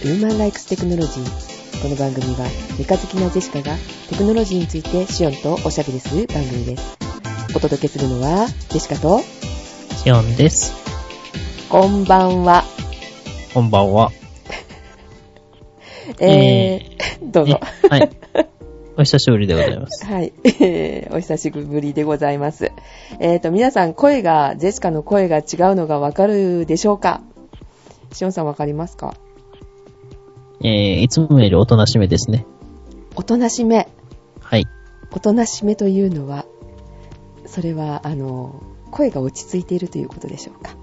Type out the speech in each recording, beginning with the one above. The Woman Likes Technology この番組はメカ好きなジェシカがテクノロジーについてシオンとおしゃべりする番組ですお届けするのはジェシカとシオンです。こんばんはこんばんは。えー、 どうぞえはい。 お久しぶりでございます。はい、えーお久しぶりでございますえーと皆さん声がジェシカの声が違うのがわかるでしょうかシオンさんわかりますかえー、いつもよりおとなしめですね。おとなしめはい。おとなしめというのはそれはあの声が落ち着いているということでしょうか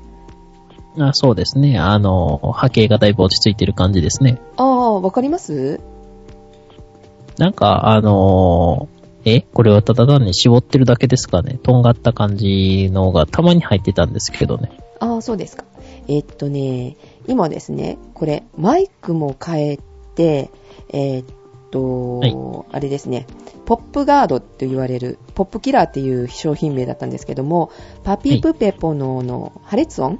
あそうですね。あの、波形がだいぶ落ち着いてる感じですね。ああわかりますなんか、あのーえこれはただ単に絞ってるだけですかね。とんがった感じのがたまに入ってたんですけどね。ああそうですかえーっとね今ですねこれマイクも変えてえーっと、はいあれですねポップガードって言われるポップキラーっていう商品名だったんですけどもパピープペポのの破裂音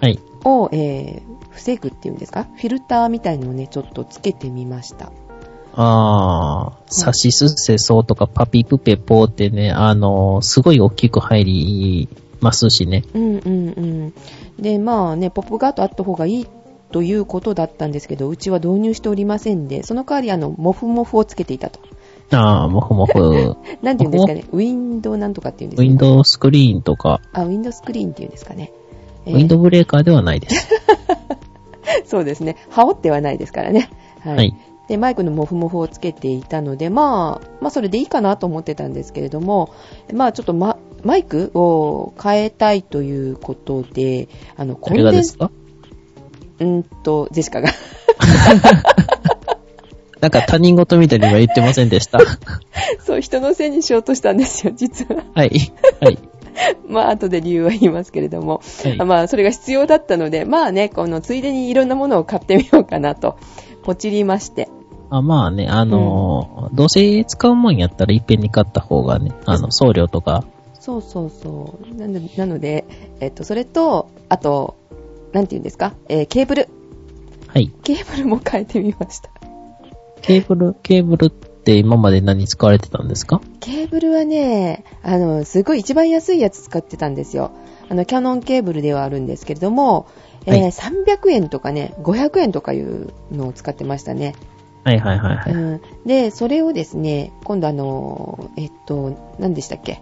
はい。を、えー防ぐっていうんですかフィルターみたいのをねちょっとつけてみましたあー、サシスセソとかパピプペポーってね、あのーすごい大きく入りますしね。うんうんうん。で、まあね、ポップガードあった方がいいということだったんですけど、うちは導入しておりませんで、その代わり、あの、モフモフをつけてい たと。あー、もふ もふ。なんて言うんですかね、ウィンドウなんとかっていうんですウか、ね、ィンドウスクリーンとか、あ、ウィンドウスクリーンっていうんですかね。えーウィンドウブレーカーではないです。 そうですね。羽織ってはないですからね。はい。はい。で、マイクのモフモフをつけていたので、まあ、まあ、それでいいかなと思ってたんですけれども、まあ、ちょっとマ、マイクを変えたいということで、あの、コこンれがデでンすかうーんと、ジェシカが。なんか他人事みたいには言ってません でした。はそう、人のせいにしようとしたんですよ、 実は。い。はい。まあ、後で理由は言いますけれども。はい。まあ、それが必要だったので、まあね、この、ついでにいろんなものを買ってみようかなと、 ポチりまして。あまあね、あのーどうせ使うもんやったらいっぺんに買った方がね、あの、送料とか、そうそうそう。なので、なのでえっと、それと、あと、なんて言うんですか、えーケーブル。はい。ケーブルも変えてみました。ケーブル、ケーブルって今まで何使われてたんですかケーブルはね、あの、すごい一番安いやつ使ってたんですよ。あの、キャノンケーブルではあるんですけれども、えーはい300円とかね、500円とかいうのを使ってましたね。はいはいはいはうん、い。で、それをですね、今度あの、えっと、何でしたっけ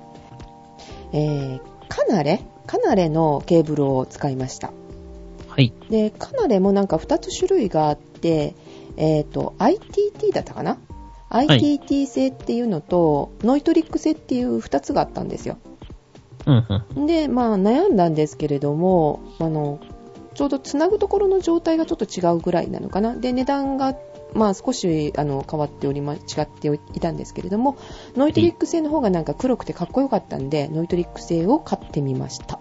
えー、カナレカナレのケーブルを使いました。はい。で、カナレもなんか2つ種類があって、えっと、ITT だったかな、?ITT 製っていうのと、ノイトリック製っていう2つがあったんですよ。うんうん。で、まあ悩んだんですけれども、あの、ちょうどつなぐところの状態がちょっと違うぐらいなのかな。で、値段が、まあ少し、あの、変わっておりま、違っていたんですけれども、ノイトリック製の方がなんか黒くてかっこよかったんで、ノイトリック製を買ってみました。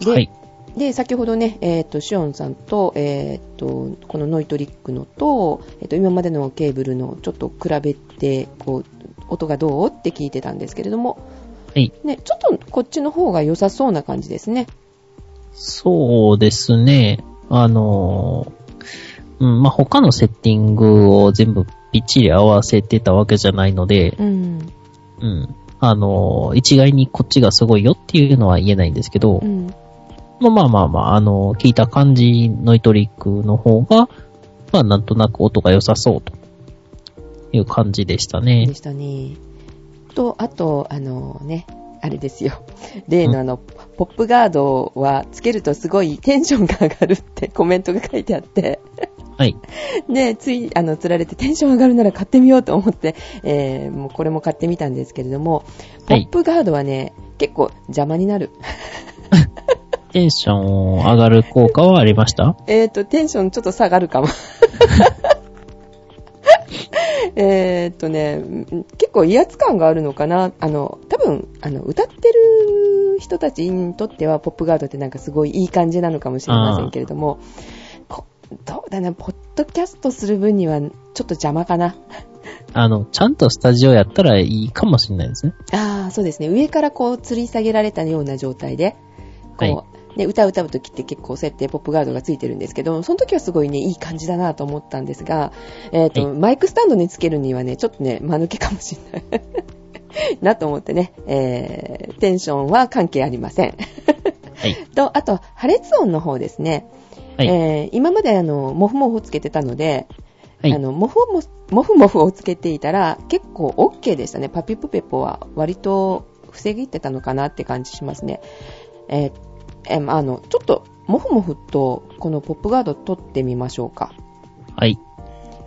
で、はい。で、先ほどね、えっ、と、シオンさんと、えっ、と、このノイトリックのと、えっ、と、今までのケーブルのちょっと比べて、こう、音がどうって聞いてたんですけれども、はい。ね、ちょっとこっちの方が良さそうな感じですね。そうですね。あのーうん、まあ、他のセッティングを全部びっちり合わせてたわけじゃないので、うん。うん。あのー一概にこっちがすごいよっていうのは言えないんですけど、うん。まあまあまあまあ、あのー聞いた感じ、ノイトリックの方が、まあ、なんとなく音が良さそうという感じでしたねで。したね。と、あと、あのね、あれですよ。 例のあの、ポップガードはつけるとすごいテンションが上がるってコメントが書いてあって、はい。で、つい、あの、釣られてテンション上がるなら買ってみようと思って、えー、もうこれも買ってみたんですけれども、ポはいップガードはね、結構邪魔になる。 テンション上がる効果はありましたえっ、と、テンションちょっと下がるかも。 えっとね、結構威圧感があるのかな。あの、多分、あの、歌ってる人たちにとっては、ポップガードってなんかすごいいい感じなのかもしれませんけれども、こどうだね、ポッドキャストする分にはちょっと邪魔かな。あの、ちゃんとスタジオやったらいいかもしれないですね。ああ、そうですね。上からこう、吊り下げられたような状態で、こう、ね、歌を歌う時って結構そうやってポップガードがついてるんですけど、その時はすごいね、いい感じだなと思ったんですが、えっ、と、はマイクスタンドにつけるにはね、ちょっとね、間抜けかもしれない。なと思ってね、えー、テンションは関係ありません。はい。と、あと、破裂音の方ですね。はい。えー今まであの、モフモフをつけてたので、はいあの、モフモフ、モフモフをつけていたら、結構 OK でしたね。パピプペポは割と防ぎてたのかなって感じしますね。えーえーまああの、ちょっと、モフモフと、このポップガード取ってみましょうか。はい。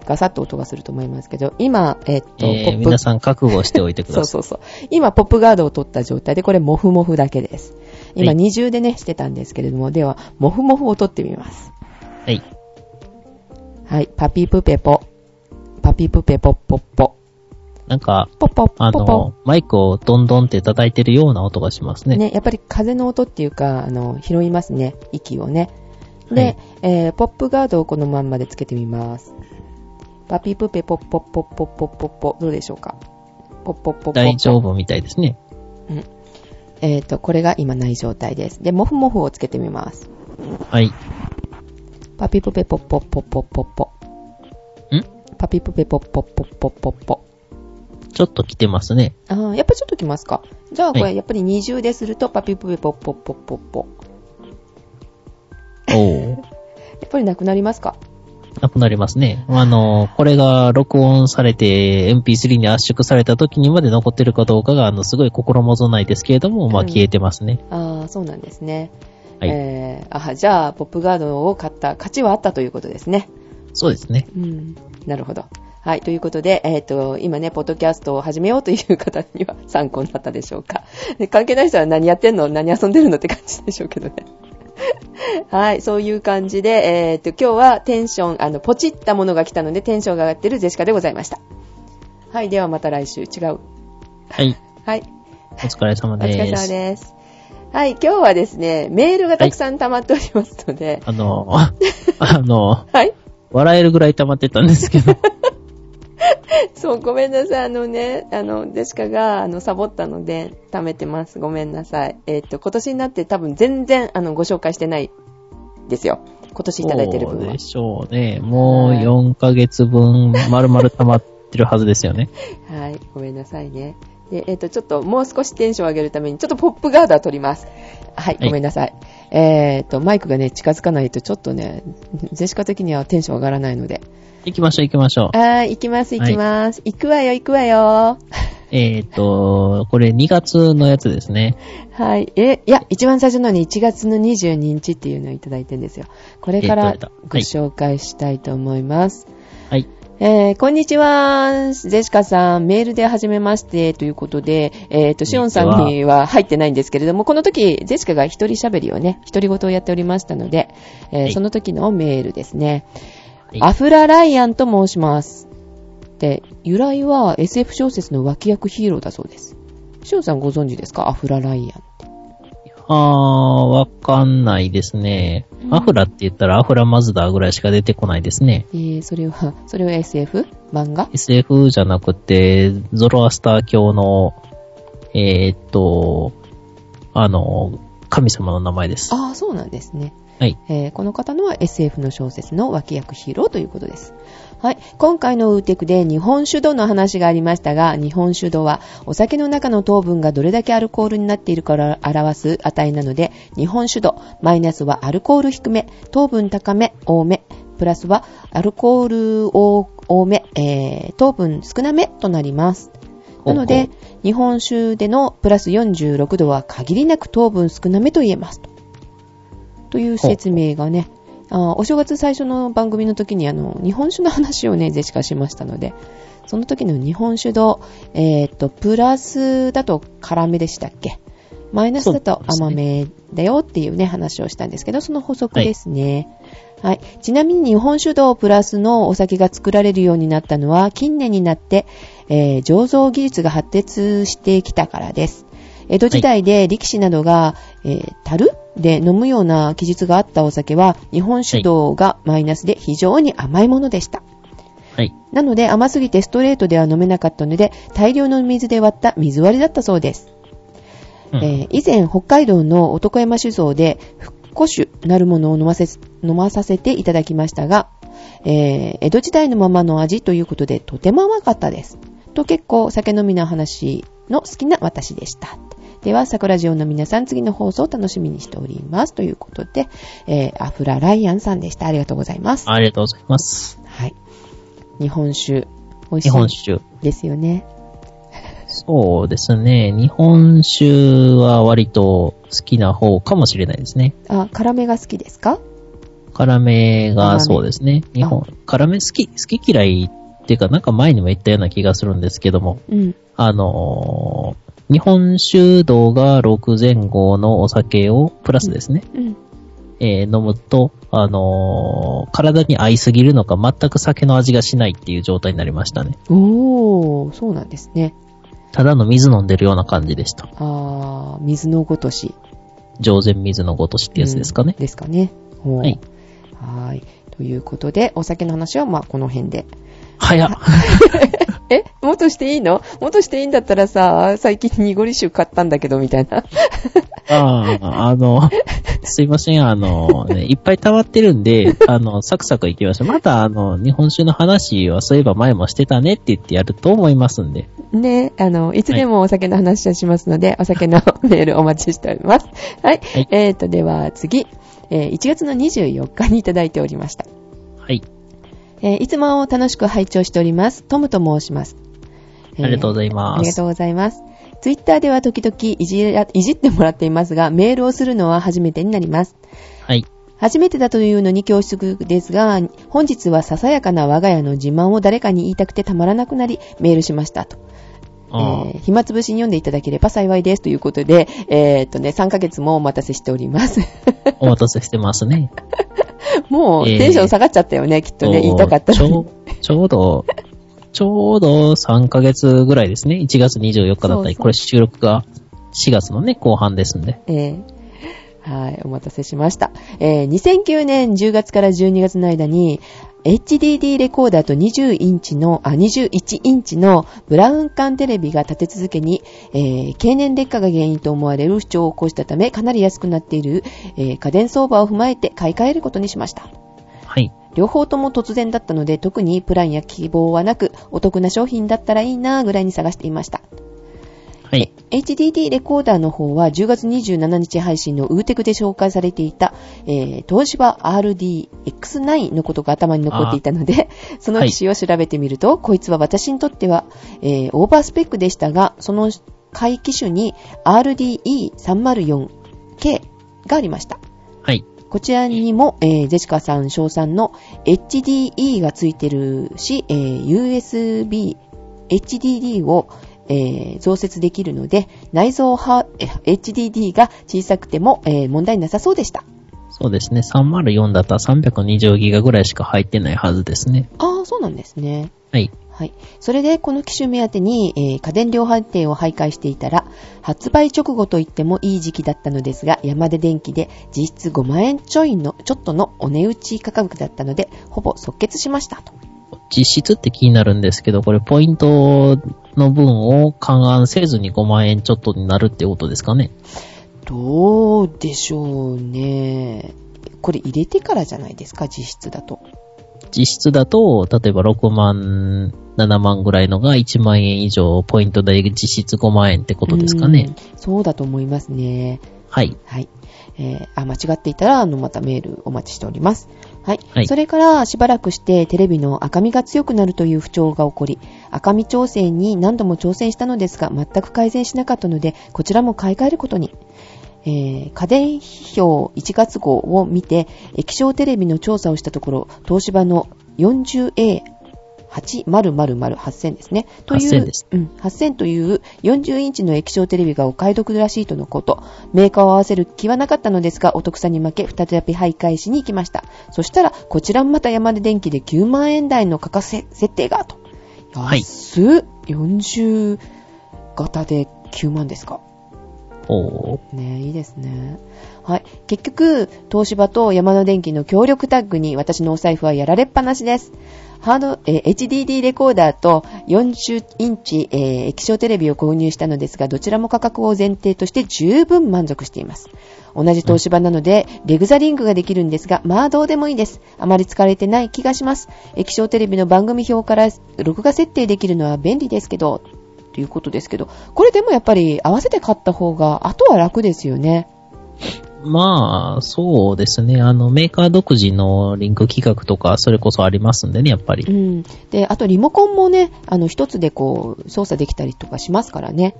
ガサッと音がすると思いますけど、今、えーっと、えー、ポップ皆、さん覚悟しておいてくそだうさそうそう。今、ポップガードを取った状態で、これ、モフモフだけです。今、はい二重でね、してたんですけれども、では、モフモフを取ってみます。い。はい。はい、パピプペポ。パピプペポッポッポ。なんか、ポッポッポあッポの、マイクをドンドンって叩いてるような音がしますね。ね、やっぱり風の音っていうか、あの、拾いますね、息をね。で、はいえーポップガードをこのまんまでつけてみます。パピプペポッポッポッポッポッポッポ、どうでしょうかポッポッポッポッポ。大丈夫みたいですね。えっ、と、これが今ない状態です。で、モフモフをつけてみます。はい。パピプペポッポッポッポッポッポ。んパピプペポッポッポッポッポッポ。ちょっと来てますね。あーやっぱちょっときますか。じゃあこはれ、いやっぱり二重ですると、パピプペポッポッポッポッポ。おー。やっぱりなくなりますかなくなりますね。あの、これが録音されて MP3 に圧縮された時にまで残ってるかどうかが、あの、すごい心もとないですけれども、まあうん消えてますね。ああ、そうなんですね。はいえー、あじゃあ、ポップガードを買った価値はあったということですね。そうですね。うん。なるほど。はい。ということで、えっ、と、今ね、ポッドキャストを始めようという方には 参考になったでしょうか。で関係ない人は何やってんの何遊んでるのって感じでしょうけどね。 はい。そういう感じで、えっ、と、今日はテンション、あの、ポチったものが来たので、テンションが上がってるジェシカでございました。はい。ではまた来週。違う。はい。はい。お疲れ様お疲でれ様す。です。はい、今日はですね、メールがたくさん溜まっておりますので、あの、 あの、はい、笑えるぐらい溜まってたんで すけど、そう、ごめんなさい、あのね、あの、デシカが、あの、サボったので、溜めてます。ごめんなさい。えっと、今年になって多分全然、あの、ご紹介してないですよ。今年いただいてるそう分はで。しょうね。もうはい4ヶ月分、丸々溜まってるはずですよね。はい、ごめんなさいね。で、えっ、と、ちょっともう少しテンションを上げるために、ちょっとポップガードは取ります。はい、はいごめんなさい。えっ、と、マイクがね、近づかないと、ちょっとね、ジェシカ的にはテンション上がらないので、行きましょう行きましょう。あー、行きます、行きます。行くわよ、行くわよ。 えーっと、これ2月のやつですね。はい。え、いや、一番最初のに1月の22日っていうのをいただいてるんですよ。これかえらっとはいご紹介したいと思います。はい。えーこんにちは。ゼシカさん、メールで初めましてということで、えっ、と、シオンさんには入ってないんですけれども、この時、ゼシカが一人喋りをね、独り言をやっておりましたので、えーはいその時のメールですね。はいアフラライアンと申します。で、由来は SF 小説の脇役ヒーローだそうです。シオンさんご存知ですかアフラライアン。あー、わかんないですね。アフラって言ったらアフラマズダーぐらいしか出てこないですね。えー、それは、それは SF? 漫画 SF じゃなくて、ゾロアスター教の、えーっと、あの、神様の名前です。ああ、そうなんですね。はい。えーこの方のは SF の小説の脇役ヒーローということです。はい。今回のウーテクで日本酒度の話がありましたが、日本酒度はお酒の中の糖分がどれだけアルコールになっているかを表す値なので、日本酒度、マイナスはアルコール低め、糖分高め、多め、プラスはアルコール多多め、えー糖分少なめとなります。なのでほう、日本酒でのプラス46度は限りなく糖分少なめと言えますと。という説明がね、あーお正月最初の番組の時にあの、日本酒の話をね、ゼシカしましたので、その時の日本酒度、えーっと、プラスだと辛めでしたっけマイナスだと甘めだよっていうね、話をしたんですけど、その補足ですね。はい。ちなみに日本酒道プラスのお酒が作られるようになったのは近年になって、えー醸造技術が発達してきたからです。江戸時代で力士などが、えー樽で飲むような記述があったお酒は日本酒道がマイナスで非常に甘いものでした。はい。なので甘すぎてストレートでは飲めなかったので大量の水で割った水割りだったそうです。うんえー以前北海道の男山酒造でふ古酒なるものを飲ませ、飲まさせていただきましたが、えー、江戸時代のままの味ということでとても甘かったです。と結構酒飲みの話の好きな私でした。では、桜ジオの皆さん、次の放送を楽しみにしております。ということで、えー、アフラライアンさんでした。ありがとうございます。ありがとうございます。はい。日本酒、美味し日本い酒。ですよね。そうですね。日本酒は割と好きな方かもしれないですね。あ、辛めが好きですか辛辛めめがそうですね。日本、辛め好き、好き嫌いっていうかなんか前にも言ったような気がするんですけども、うん。あのー日本酒度が6前後のお酒をプラスですね、うん。えー飲むと、あのー体に合いすぎるのか全く酒の味がしないっていう状態になりましたね。おー、そうなんですね。ただの水飲んでるような感じでした。あー、水のごとし。上善水のごとしってやつですかねうん。ですかね。ほうはい。はーい。ということで、お酒の話は、まあ、この辺で。早っえもっとしていいのもっとしていいんだったらさ、最近濁り酒買ったんだけど、みたい な。ああ、あの、すいません、あの、ね、いっぱい溜まってるんで、あの、サクサクいきましょう。また、あの、日本酒の話はそういえば前もしてたねって言ってやると思いますんで。ね、あの、いつでもお酒の話はしますので、お 酒のメールお待ちしております。はい。はいえーと、では次、えー1月の24日にいただいておりました。はい。えーいつも楽しく拝聴しております。トムと申します。ありがとうございあまりがす。とうございます。ツイッターでは時々いじらいじってもらっていますが、メールをするのは初めてになります。はい。初めてだというのに恐縮ですが、本日はささやかな我が家の自慢を誰かに言いたくてたまらなくなり、メールしましたと。えあー暇つぶしに読んでいただければ幸いですということで、えーっとね、3ヶ月もお待たせしております。 ーお待たせしてますね。もう、えーテンション下がっちゃったよね、きっとね、言いたかったちのに。ょう、ちょうど、ちょうど3ヶ月ぐらいですね。1月24日だっそたうそうり、これ収録が4月のね、後半ですんで。えーはい、お待たせしました。えー2009年10月から12月の間に、HDD レコーダーと20インチの、あ、21インチのブラウン管テレビが立て続けに、えー経年劣化が原因と思われる主張を起こしたため、かなり安くなっている、えー家電相場を踏まえて買い替えることにしました。はい。両方とも突然だったので特にプランや希望はなくお得な商品だったらいいなぁぐらいに探していましたはい。 HDD レコーダーの方は10月27日配信のウーテクで紹介されていた、えー、東芝 RDX9 のことが頭に残っていたので、その機種を調べてみると、こいつは私にとっては、えーオーバースペックでしたが、その買い機種に RDE304K がありました。はい。こちらにも、えージェシカさん、翔さんの HDE がついてるし、えー USB、HDD を、えー増設できるので、内蔵はえ HDD が小さくても、えー問題なさそうでした。そうですね。304だったら320ギガぐらいしか入ってないはずですね。ああ、そうなんですね。はい。はい。それで、この機種目当てに、えー家電量販店を徘徊していたら、発売直後と言ってもいい時期だったのですが、山出電機で実質5万円ちょいの、ちょっとのお値打ち価格だったので、ほぼ即決しましたと。実質って気になるんですけど、これポイントの分を勘案せずに5万円ちょっとになるってことですかね。どうでしょうね。これ入れてからじゃないですか、実質だと。実質だと、例えば6万、7万ぐらいのが1万円以上、ポイントで実質5万円ってことですかね。うん。そうだと思いますね。はい。はい。えーあ、間違っていたら、あの、またメールお待ちしております。はい。はいそれから、しばらくして、テレビの赤みが強くなるという不調が起こり、赤み調整に何度も挑戦したのですが、全く改善しなかったので、こちらも買い替えることに。えー家電批評1月号を見て、液晶テレビの調査をしたところ、東芝の 40A 8000ですね。という8000です。うん、8000という40インチの液晶テレビがお買い得らしいとのこと。メーカーを合わせる気はなかったのですが、お得さに負け、再び徘徊しに行きました。そしたら、こちらもまた山で電機で9万円台の価格せ設定が、と。はい安っ !40 型で9万ですか。おーねいいですね。はい。結局、東芝と山の電機の協力タッグに私のお財布はやられっぱなしです。ハード、えー HDD レコーダーと40インチ、えー液晶テレビを購入したのですが、どちらも価格を前提として十分満足しています。同じ東芝なので、レグザリングができるんですが、まあどうでもいいです。あまり疲れてない気がします。液晶テレビの番組表から録画設定できるのは便利ですけど、ということですけど、これでもやっぱり合わせて買った方が、あとは楽ですよね。まあ、そうですね。あの、メーカー独自のリンク企画とか、それこそありますんでね、やっぱうり。ん。で、あとリモコンもね、あの、一つでこう、操作できたりとかしますからね。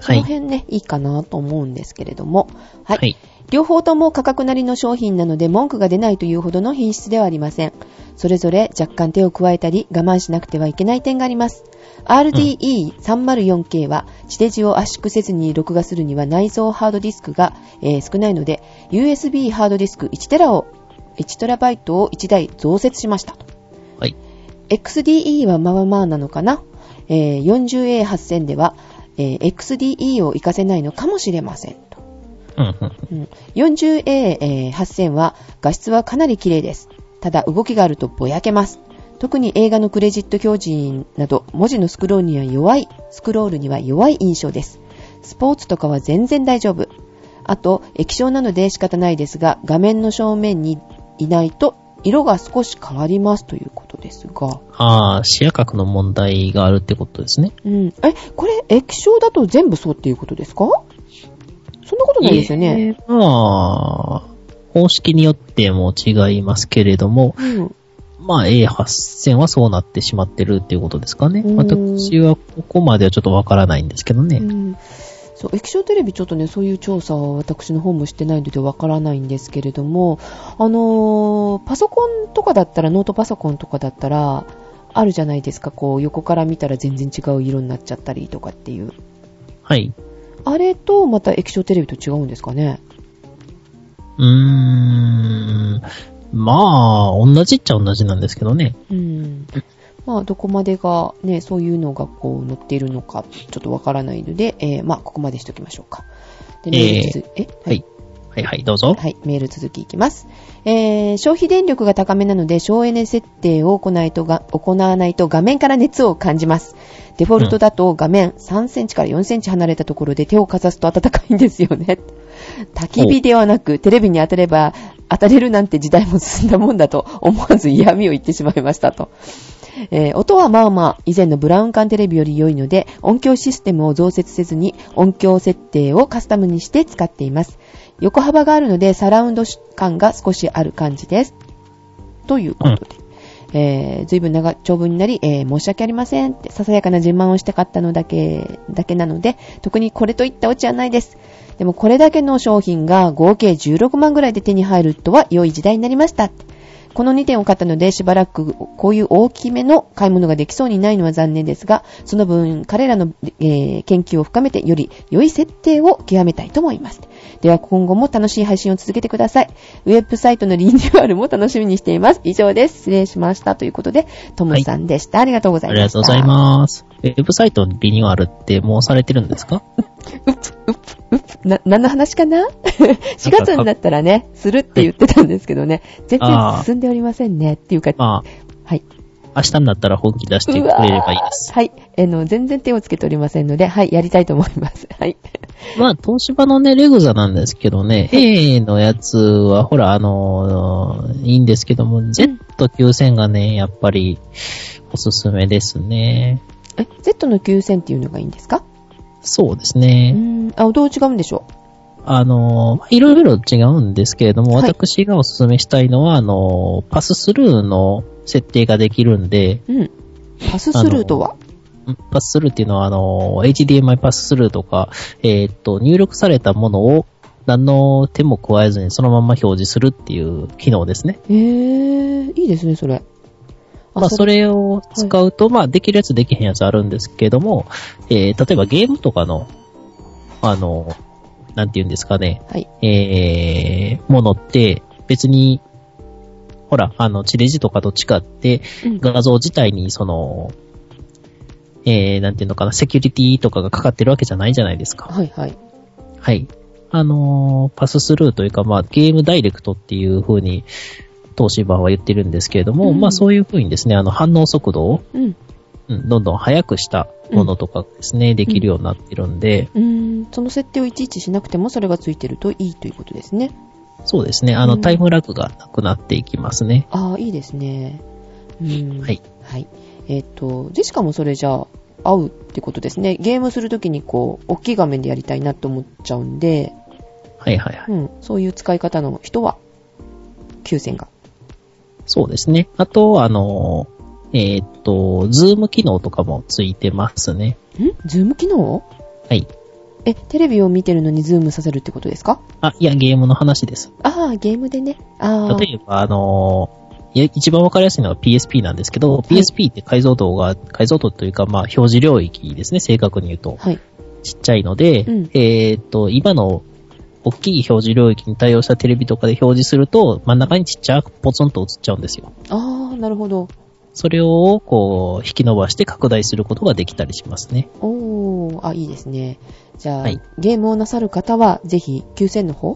そはのい。辺ね、いいかなと思うんですけれども。はい。はい。両方とも価格なりの商品なので文句が出ないというほどの品質ではありません。それぞれ若干手を加えたり我慢しなくてはいけない点があります。RDE304K は地デジを圧縮せずに録画するには内蔵ハードディスクが、えー少ないので USB ハードディスク 1TB を 1TB を1台増設しました。はい。 XDE はまあまあなのかな、えー ?40A8000 では、えー XDE を活かせないのかもしれません。とうんうんうん。うん 40A8000 は画質はかなり綺麗です。ただ動きがあるとぼやけます。特に映画のクレジット表示など文字のスクロールには弱い、スクロールには弱い印象です。スポーツとかは全然大丈夫。あと、液晶なので仕方ないですが、画面の正面にいないと色が少し変わりますということですが。ああ、視野角の問題があるってことですね。うん。え、これ液晶だと全部そうっていうことですかそんなことないですよね。えーまあ、方式によっても違いますけれども、うん。まあ A8000 はそうなってしまってるっていうことですかね。うん私はここまではちょっとわからないんですけどね。うんそう液晶テレビちょっとねそういう調査は私の方もしてないのでわからないんですけれどもあのーパソコンとかだったらノートパソコンとかだったらあるじゃないですかこう横から見たら全然違う色になっちゃったりとかっていうはい。あれとまた液晶テレビと違うんですかねうーん。まあ、同じっちゃ同じなんですけどね。うんまあどこまでがねそういうのがこう載っているのかちょっとわからないので、えーまあここまでしときましょうかでねえー続いえはい。はいはい、どうぞ。はい、メール続きいきます。えー、消費電力が高めなので省エネ設定を行ないとが行わないと画面から熱を感じます。デフォルトだと画面3センチから4センチ離れたところで手をかざすと暖かいんですよね。焚き火ではなくテレビに当たれば当たれるなんて時代も進んだもんだと思わず嫌味を言ってしまいましたと。えー音はまあまあ以前のブラウン管テレビより良いので音響システムを増設せずに音響設定をカスタムにして使っています横幅があるのでサラウンド感が少しある感じですということで、えー、随分長長文になり、えー申し訳ありませんって、ささやかな自慢をしたかったのだけ、だけなので、特にこれといったオチはないです。でもこれだけの商品が合計16万ぐらいで手に入るとは良い時代になりましたって。この2点を買ったのでしばらくこういう大きめの買い物ができそうにないのは残念ですが、その分彼らの、えー研究を深めてより良い設定を極めたいと思います。では今後も楽しい配信を続けてください。ウェブサイトのリニューアルも楽しみにしています。以上です。失礼しました。ということで、トムさんでした。ありがとうございあまりした。がとうございます。ウェブサイトのリニューアルってもうされてるんですかな、何の話 かな ?4 月になったらね、するって言ってたんですけどね、全あ然ー進んでおりませんね。っていうか、まはい。あ、明日になったら本気出してくれればいいです。はい。あの、全然手をつけておりませんので、はい、やりたいと思います。はい。まあ、東芝のね、レグザなんですけどね、A のやつは、ほら、あのーいいんですけども、Z9000 がね、やっぱり、おすすめですね。え、Z の9000っていうのがいいんですかそうですうね。ーん。あ、どう違うんでしょあのーまあいろいろ違うんですけれども、はい私がおすすめしたいのは、あのーパススルーの設定ができるんで、う。うん。パススルーとはパススルーっていうのは、あの、HDMI パススルーとか、えーっと、入力されたものを何の手も加えずにそのまま表示するっていう機能ですね。えー、いいですね、それ。まあ、そ。れを使うと、まあ、できるやつ、できへんやつあるんですけども、えー、例えばゲームとかの、あの、なんて言うんですかね、はい。えー、ものって、別に、ほら、あの、地デジとかと違って、うん画像自体に、その、えー、なんていうのかな、セキュリティとかがかかってるわけじゃないじゃないですか。はい、はい。はい。あのーパススルーというか、まあ、ゲームダイレクトっていう風に、東芝は言ってるんですけれども、うんまあそういう風にですね、あの反応速度を、うん。うんどんどん速くしたものとかですね、できるようになってるんで、うーん、その設定をいちいちしなくてもそれがついてるといいということですね。そうですね、あうのんタイムラグがなくなっていきますね。ああ、いいですね。うん。はい。はい。えっ、と、ジェシカもそれじゃあ、合うってことですね。ゲームするときにこう、大きい画面でやりたいなと思っちゃうんで、はいはいはい。うん、そういう使い方の人は、9000が。そうですね。あと、あのーえーっと、ズーム機能とかもついてますね。んズーム機能はい。え、テレビを見てるのにズームさせるってことですかあ、いや、ゲームの話です。ああ、ゲームでね。ああ。例えば、あのーいや一番わかりやすいのは PSP なんですけど、PSP って解像度が、解像度というか、まあ、表示領域ですね、正確に言うと。はい。ちっちゃいので、うんえーっと、今の大きい表示領域に対応したテレビとかで表示すると、真ん中にちっちゃくポツンと映っちゃうんですよ。ああ、なるほど。それを、こう、引き伸ばして拡大することができたりしますね。おー、あ、いいですね。じゃあ、はいゲームをなさる方は、ぜひ、9000の方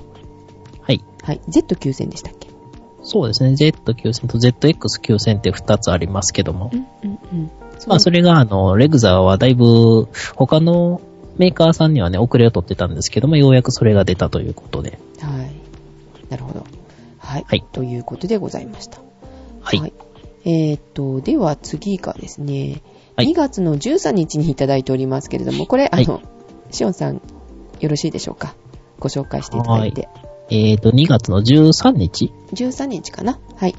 はい。はい。Z9000 でしたっけそうですね。Z9000 と ZX9000 って2つありますけども。うん、うん、うん。まあ、それが、あの、レグザはだいぶ、他のメーカーさんにはね、遅れを取ってたんですけども、ようやくそれが出たということで。はい。なるほど。はい。はいということでございました。はい。えーっと、では次がですね、はい2月の13日にいただいておりますけれども、これ、あはいの、しおんさん、よろしいでしょうか。ご紹介していただいて。えーと、2月の13日13日かなはい。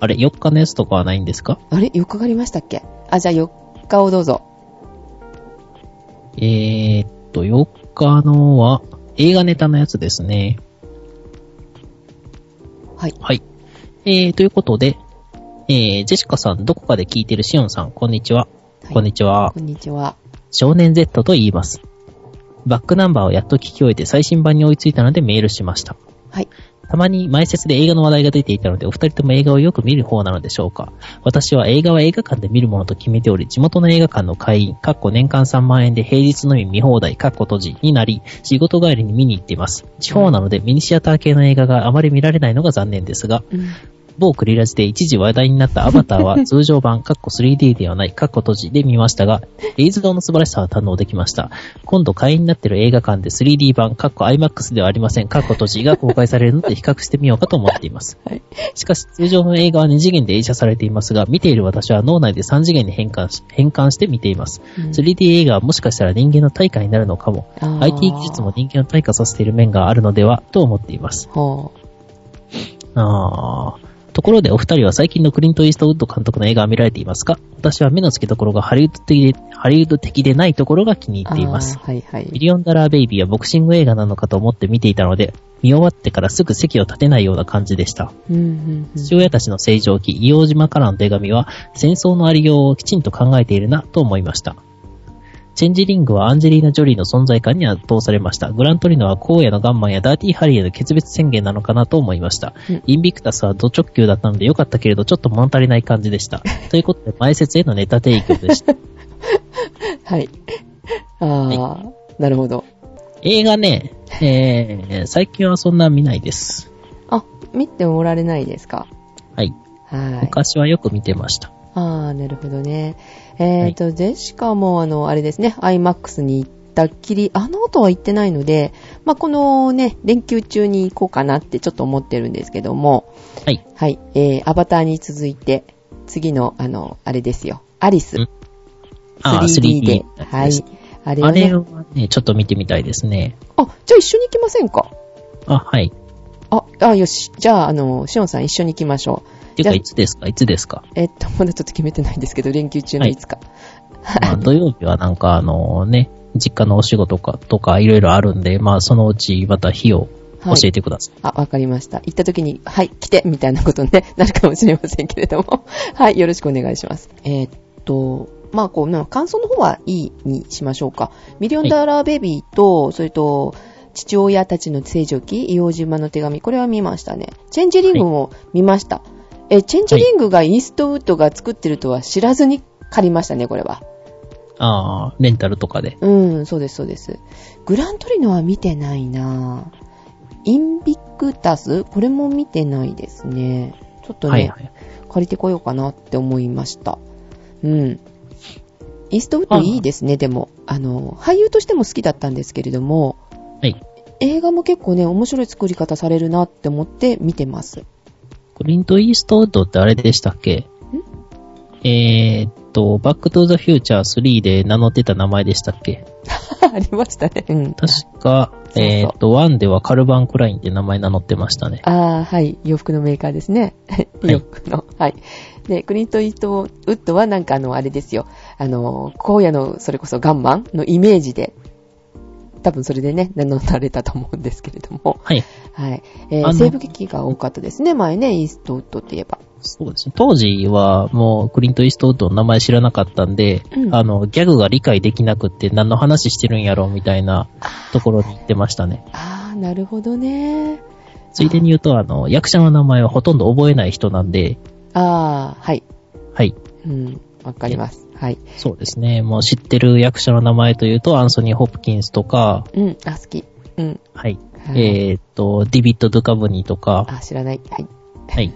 あれ、4日のやつとかはないんですかあれ ?4 日がありましたっけあ、じゃあ4日をどうぞ。えーと、4日のは、映画ネタのやつですね。はい。はい。えー、ということで、えー、ジェシカさん、どこかで聞いてるシオンさん、こんにちは。はいこんにちは。こんにちは。少年 Z と言います。バックナンバーをやっと聞き終えて最新版に追いついたのでメールしました。はい。たまに前説で映画の話題が出ていたので、お二人とも映画をよく見る方なのでしょうか。私は映画は映画館で見るものと決めており、地元の映画館の会員、かっこ年間3万円で平日のみ見放題、かっこ閉じになり、仕事帰りに見に行っています。地方なのでミニシアター系の映画があまり見られないのが残念ですが、うん。某クリラジで一時話題になったアバター は通常版、カッコ 3D ではない、カッコ閉じで見ましたが、映像の素晴らしさは堪能できました。今度会員になっている映画館で 3D 版、カッコ IMAX ではありません、カッコ閉じが公開されるので比較してみようかと思っています。はい。しかし、通常の映画は2次元で映写されていますが、見ている私は脳内で3次元に変換し、変換して見ています。うん 3D 映画はもしかしたら人間の対価になるのかも。あー IT 技術も人間を対価させている面があるのでは、と思っています。ほあーところでお二人は最近のクリント・イーストウッド監督の映画は見られていますか私は目の付けどころがハリウッド的で、ハリウッド的でないところが気にう。入っていますあ。ーはいはミい。リオンダラーベイビーはボクシング映画なのかと思って見ていたので、見終わってからすぐ席を立てないような感じでした。うんうんうん父親たちの正常期、硫黄島からの手紙は、戦争のありようをきちんと考えているなと思いました。チェンジリングはアンジェリーナ・ジョリーの存在感に圧倒されました。グラントリノは荒野のガンマンやダーティー・ハリーへの決別宣言なのかなと思いました。うんインビクタスはド直球だったので良かったけれど、ちょっと物足りない感じでした。ということで、前説へのネタ提供 でした。はい。 ああ、なるほど。映画ね、えー、最近はそんな見ないです。あ、見ておられないですかはい。はい。昔はよく見てました。ああ、なるほどね。えっ、と、ジェシカも、あの、あれですね、iMAX に行ったっきり、あの後は行ってないので、まあ、このね、連休中に行こうかなってちょっと思ってるんですけども、はい。はい、えー、アバターに続いて、次の、あの、あれですよ、アリスうん。あー 3D で。 3D はいです。あれあはれね、はね、ちょっと見てみたいですね。あ、じゃあ一緒に行きませんかあ、はい。あ、あ、よし。じゃあ、あの、シオンさん一緒に行きましょう。てじゃあか、いつですかいつですか、えっと、ま だちょっと決めてないんですけど、連休中のいつか。まあ、土曜日はなんか、あのね、実家のお仕事かとかいろいろあるんで、まあ、そのうちまた日を教えてください。あ、わかりました。行った時に、はい、来てみたいなことにね なるかもしれませんけれども。 はい、よろしくお願いします。えーっと、まあ、こう、なんか感想の方はいいにしましょうか。ミリオンダーラーベビーと、それと、父親たちの正常期、硫黄島の手紙、これは見ましたね。チェンジリングも見ました。え、チェンジリングがイーストウッドが作ってるとは知らずに借りましたね、これは。ああ、レンタルとかで。うん、そうです、そうです。グラントリノは見てないなぁインビクタスこれも見てないですね。ちょっとね、はいはい。借りてこようかなって思いました。うん。イーストウッドいいですね、でも。あの、俳優としても好きだったんですけれども、はい。映画も結構ね、面白い作り方されるなって思って見てます。クリント・イーストウッドってあれでしたっけえーっと、バック・トゥ・ザ・フューチャー3で名乗ってた名前でしたっけ ありましたね。うん。確か、そうえーっと、1ではカルバン・クラインって名前名乗ってましたね。ああ、はい。洋服のメーカーですね。い洋服の。はい。で、クリント・イートウッドはなんかあの、あれですよ。あの、荒野の、それこそガンマンのイメージで、多分それでね、名乗られたと思うんですけれども。はい。はい。えー、あの西部劇が多かったですね、前ね、イーストウッドって言えば。そうですね。当時はもうクリント・イーストウッドの名前知らなかったんで、うんあの、ギャグが理解できなくって何の話してるんやろうみたいなところに行ってましたね。ああ、なるほどね。ついでに言うと、あの、役者の名前はほとんど覚えない人なんで、ああ、はい。はい。うん。わかります。はい。そうですね。もう知ってる役者の名前というと、アンソニー・ホプキンスとか、うん。あ、好き。うん。はい。はい、えーっと、ディビット・ドゥカブニとか、あ、知らない。はい。はい。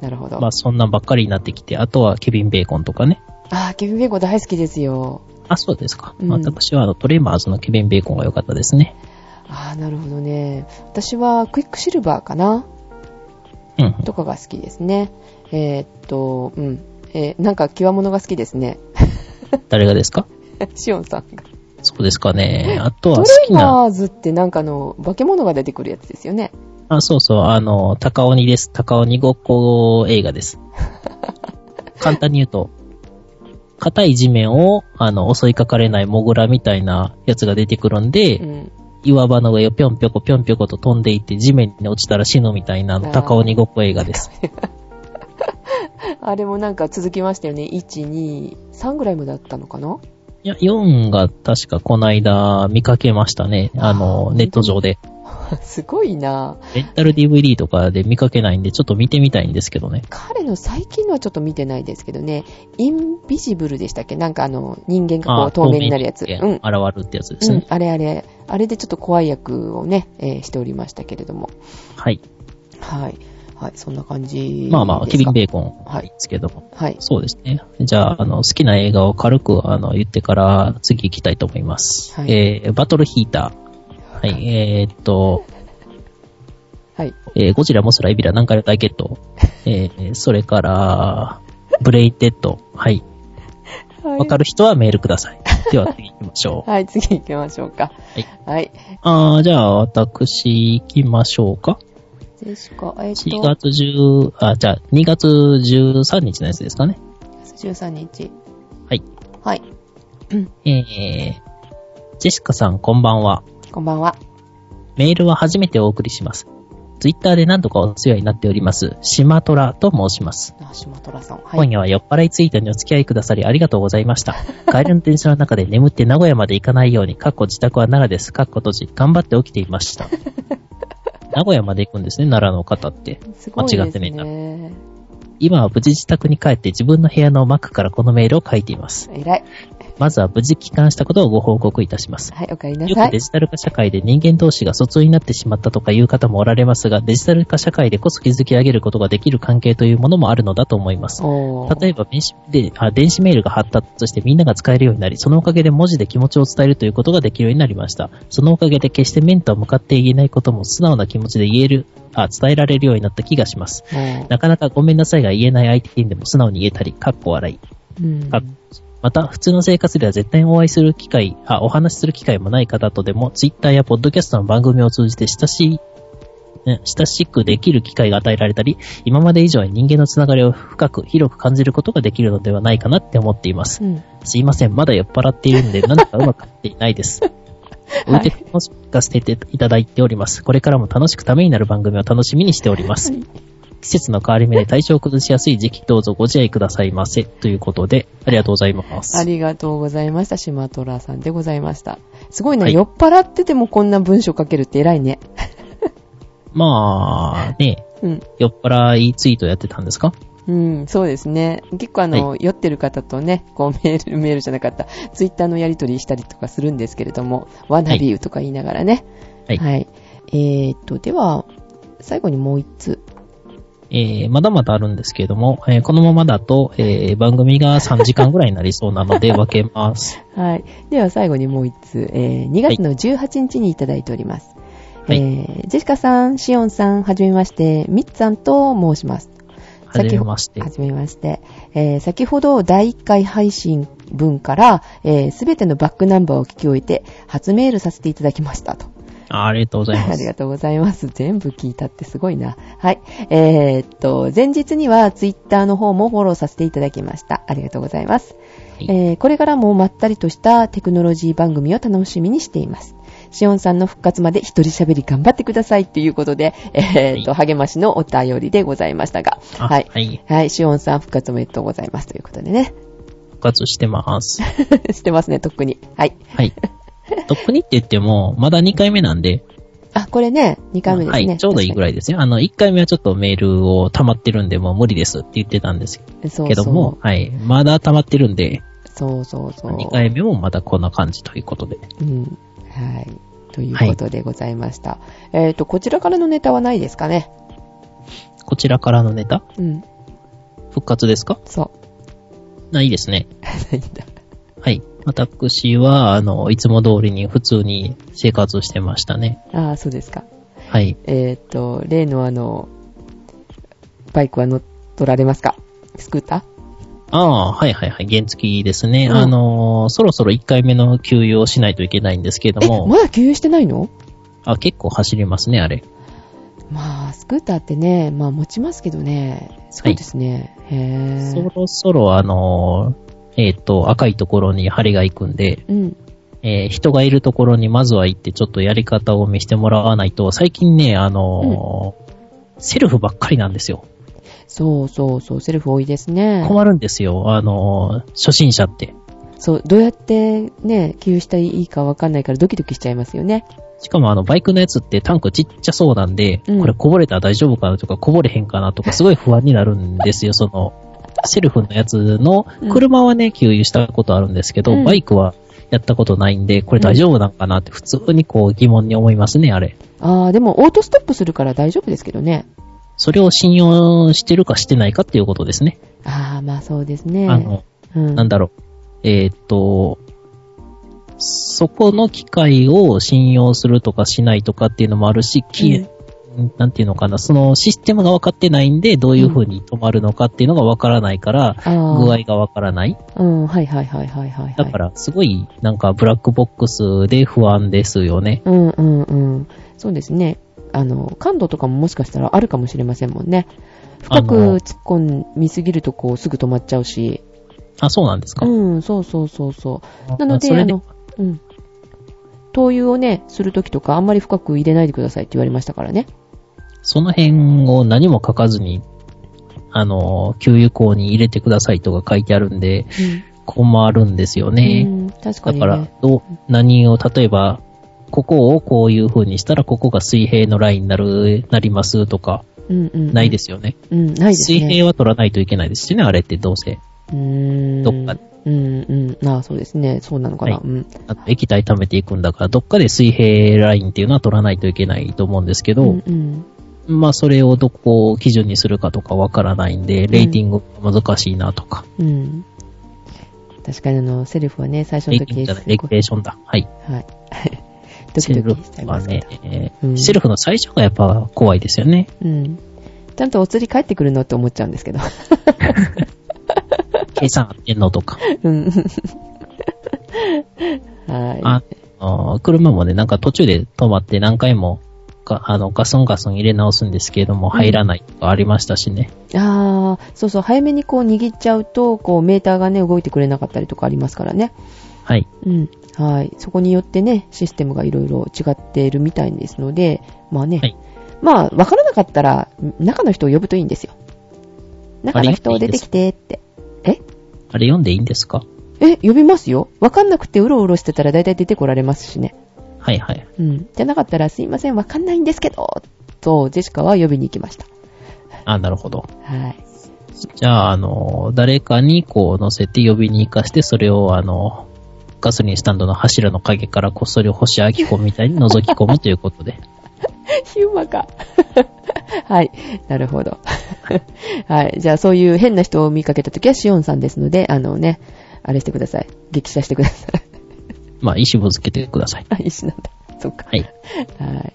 なるほど。まあ、そんなんばっかりになってきて、あとはケビン・ベーコンとかね。ああ、ケビン・ベーコン大好きですよ。あ、そうですか。うん私はあの、トレーマーズのケビン・ベーコンが良かったですね。ああ、なるほどね。私はクイックシルバーかなうん。とかが好きですね。えーっと、うん。えーなんか、極物が好きですね。 誰がですかシオンさんが。そうですかね。あとはト好レきイな、マーズってなんかあの、化け物が出てくるやつですよね。あ、そうそう、あの、高鬼です。高鬼ごっこ映画 です。簡単に言うと、硬い地面を、あの、襲いかかれないモグラみたいなやつが出てくるんで、うん。岩場の上をぴょんぴょこぴょんぴょこと飛んでいって地面に落ちたら死ぬみたいなあー高鬼ごっこ映画です。あれもなんか続きましたよね。1、2、3ぐらいまであったのかない や、4が確かこの間見かけましたね。あの、ネット上で。すごいなレンタル DVD とかで見かけないんで、ちょっと見てみたいんですけどね。彼の最近のはちょっと見てないですけどね。インビジブルでしたっけなんかあの、人間がこう透明になるやつ。透明うん現。れるってやつですうねん。、あれあれ、あれでちょっと怖い役をね、えーしておりましたけれども。はい。はい。はい、そんな感じですか。まあまあ、ケビン・ベーーコンはいですけども。はい。そうですね。じゃあ、あの、好きな映画を軽く、あの、言ってから、次行きたいと思います。はいえー、バトルヒーター。はい、えーっと、はい。えーゴジラ、モスラ、エビラ、南海大決 闘。えー、それから、ブレイテッド。はい。はわかる人はメールく ださい。では、次行きましょう。はい、次行きましょうか。はい。はい。あー、じゃあ、私、行きましょうか。ジェシカ、えっ4と、月10、あ、じゃあ、2月13日のやつですかね。 13日。はい。はい。えー、ジェシカさん、こんばんは。こんばんは。メールは初めてお送りします。ツイッターで何度かお世話になっております、シマトラと申します。なしまとらさん。は今い。夜は酔っ払いツイートにお付き合いくださりありがとうございました。帰りの電車の中で眠って名古屋まで行かないように、かっこ自宅は奈良です。かっこ閉じ、頑張って起きてい ました。名古屋まで行くんですね、奈良の方って。すごいですね。間違ってねえな今は無事自宅に帰って自分の部屋の Mac からこのメールを書いています。えらい。まずは無事帰還したことをご報告いたします。はい、おかえりなよさくいデ。ジタル化社会で人間同士が疎通になってしまったとかいう方もおられますが、デジタル化社会でこそ築き上げることができる関係というものもあるのだと思います。おー。例えば電子であ電子メールが発達してみんなが使えるようになり、そのおかげで文字で気持ちを伝えるということができるようになりました。そのおかげで決して面と向かって言えないことも素直な気持ちで言える、あ伝えられるようになった気がします。もなかなかごめんなさいが言えない相手にでも素直に言えたり、かっこ笑い。う、うん。あまた、普通の生活では絶対にお会いする機会、あ、お話しする機会もない方とでも、ツイッターやポッドキャストの番組を通じて親しい、ね親しくできる機会が与えられたり、今まで以上に人間のつながりを深く、広く感じることができるのではないかなって思っています。うん。すいません、まだ酔っ払ってい るので、何かうまくいっていないです。置いて楽しく聞かせていただいております。これからも楽しくためになる番組を楽しみにしております。季節の変わり目で体調を崩しやすい時期、どうぞご自愛くださいませ。ということで、ありがとうございます。ありがとうございました。シマトラさんでございました。すごいね、はい酔っ払っててもこんな文章書けるって偉いね。まあ、ね、うん。酔っ払いツイートやってたんですかうん、そうですね。結構あの、酔ってる方とね、こうメール、メールじゃなかった、ツイッターのやり取りしたりとかするんですけれども、ワナビューとか言いながらね。はいえーっと、では、最後にもう一つ。えー、まだまだあるんですけれども、えーこのままだと、えー番組が3時間ぐらいになりそうな ので分けます。はい。では最後にもう一つ、えー2月の18日にいただいております。はいえージェシカさん、シオンさん、はじめまして、ミッツさんと申します。はじめまして。はじめまして。えー先ほど第1回配信分から、す、え、べ、全てのバックナンバーを聞き終えて、初メールさせていただきましたと。あありがとうございまありす。がとうございます。全部聞いたってすごいな。はい。えーっと、前日にはツイッターの方もフォローさせていただきました。ありがとうございます。はいえーこれからもまったりとしたテクノロジー番組を楽しみにしています。しおんさんの復活まで一人喋り頑張ってくださいということで、えーっと、励ましのお便りでございましたが、あはい。はい。はい、しおんさん復活おめでとうございますということでね。 復活してます。してますね、とっくに。はい。はい。とっくにって言っても、まだ2回目なんで、あ、これね、2回目ですはね。い、ちょうどいいぐらいですね。あの、1回目はちょっとメールを溜まってるんで、もう無理ですって言ってたんです確かに。そうけども、そう。はい、まだ溜まってるんで、そうそうそう。 2回目もまだこんな感じということで。うん。はい。ということでございました。えっ、と、こちらからのネタはないですかね。こちらからのネタうん。復活ですかそないですね。う。ないんだはい。私は、あの、いつも通りに普通に生活してましたね。 ああ、そうですか。はい。えっ、と、例のあの、バイクは乗っ取られますかスクータああ、はいはいはい、原付きですね。うんあの、そろそろ1回目の給油をしないといけないんですけれーどえ、も、まだ給油してないのあ、結構走りますね、あれ。まあ、スクーターってね、まあ持ちますけどね、そうですね。へそぇろそろ、あの、えっ、と、赤いところに針が行くんで、うん。えー人がいるところにまずは行ってちょっとやり方を見せてもらわないと、最近ね、あのーセルフばっかりなんですよ。そうそうそう、セルフ多いですね。困るんですよ、あのー初心者って。そう、どうやってね、給油したらいいかわかんないからドキドキしちゃいますよね。しかもあの、バイクのやつってタンクちっちゃそうなんで、うんこれこぼれたら大丈夫かなとか、こぼれへんかなとか、すごい不安になる んですよ、その、セルフのやつのうん、車はね、給油したことあるんですけど、うんバイクはやったことないんで、これ大丈夫なんかなって普通にこう疑問に思いますね、あれ。ああ、でもオートストップするから大丈夫ですけどね。それを信用してるかしてないかっていうことですね。ああ、まあそうですね。あの、うん、なんだろう。えーっと、そこの機械を信用するとかしないとかっていうのもあるし、きうんなんていうのかな、そのシステムが分かってないんで、どういう風に止まるのかっていうのが分からないから、あー具合が分からない。うん、はいはいはいはいはい、はい。だから、すごい、なんか、ブラックボックスで不安ですよね。うんうんうん。そうですね。あの、感度とかももしかしたらあるかもしれませんもんね。深くあの突っ込みすぎるとこうすぐ止まっちゃうし。あ、そうなんですか。うん、そうそうそうそう。あなので、そあれでの、うん。灯油をね、するときとかあんまり深く入れないでくださいって言われましたからね。その辺を何も書かずに、あの、給油口に入れてくださいとか書いてあるんで、困るんですようね。ん、確かだに、ね。から、どう、何を、例えば、ここをこういう風にしたら、ここが水平のラインになる、なりますとか、うんうん、。ないですすよね。うん、ないですね。水平は取らないといけないですしね、あれってどうせ。うーん。どっかでうんうん。ああ、そうですね。そうなのかな。はういん。あと液体溜めていくんだから、どっかで水平ラインっていうのは取らないといけないと思うんですけうどん、うん。まあそれをどこを基準にするかとかわからないんで、レーティングが難しいなとか、うん。確かにあの、セルフはね、最初レのーティング時じゃない、レクレーションだ。はい。 はい。ドキドキしちゃいはますけねど。、えーうんセルフの最初がやっぱ怖いですよね。うん。ちゃんとお釣り帰ってくるのって思っちゃうんですけど。 計算合ってんのとか。うん。 はい。あの車もね、なんか途中で止まって何回もか、あの、ガソンガソン入れ直すんですけれども、入らないとかありましたしね。あーそうそう、早めにこう握っちゃうと、こうメーターがね、動いてくれなかったりとかありますからね。はい。うん。はい。そこによってね、システムがいろいろ違っているみたいですので、まあね。はいまあ、わからなかったら、中の人を呼ぶといいんですよ。中の人をあれ出いいてんですきてって。えあれ読んでいいんですかえ、呼びますよ。わかんなくてうろうろしてたら大体出てこられますしね。はいはい。うん。じゃなかったら、すいません、わかんないんですけど、と、ジェシカは呼びに行きました。あ、なるほど。はい。じゃあ、あの、誰かにこう乗せて呼びに行かして、それをあの、ガソリンスタンドの柱の陰からこっそり星明子みたいに覗き込むということで。ヒューマか。 はい。なるほど。 はい。じゃあ、そういう変な人を見かけたときは、シオンさんですので、あのね、あれしてください。激写してください。 まあ、石ぶつけてください。あ、石なんだ。そっか。はい。はい。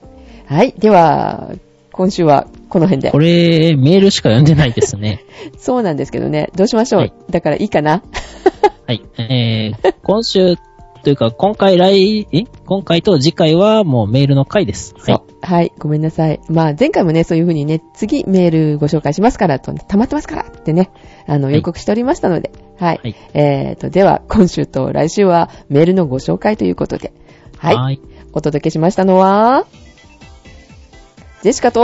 はい。では、今週はこの辺でこ。れ、メールしか読んでないですね。そうなんですけどね。どうしましょう。はいだからいいかな。はい。えー、 今週、というか、今回来、え今回と次回はもうメールの回です。はそ。。いう はい。ごめんなさい。まあ、前回もね、そういう風にね、次メールご紹介しますからと、溜まってますからってね、あの、はい予告しておりましたので。はい。はいえーと、では、今週と来週はメールのご紹介ということで。はい。はい。お届けしましたのは、ジェシカと、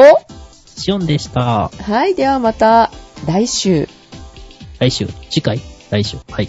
シオンでした。はい。ではまた、来週。来週、次回来週。はい。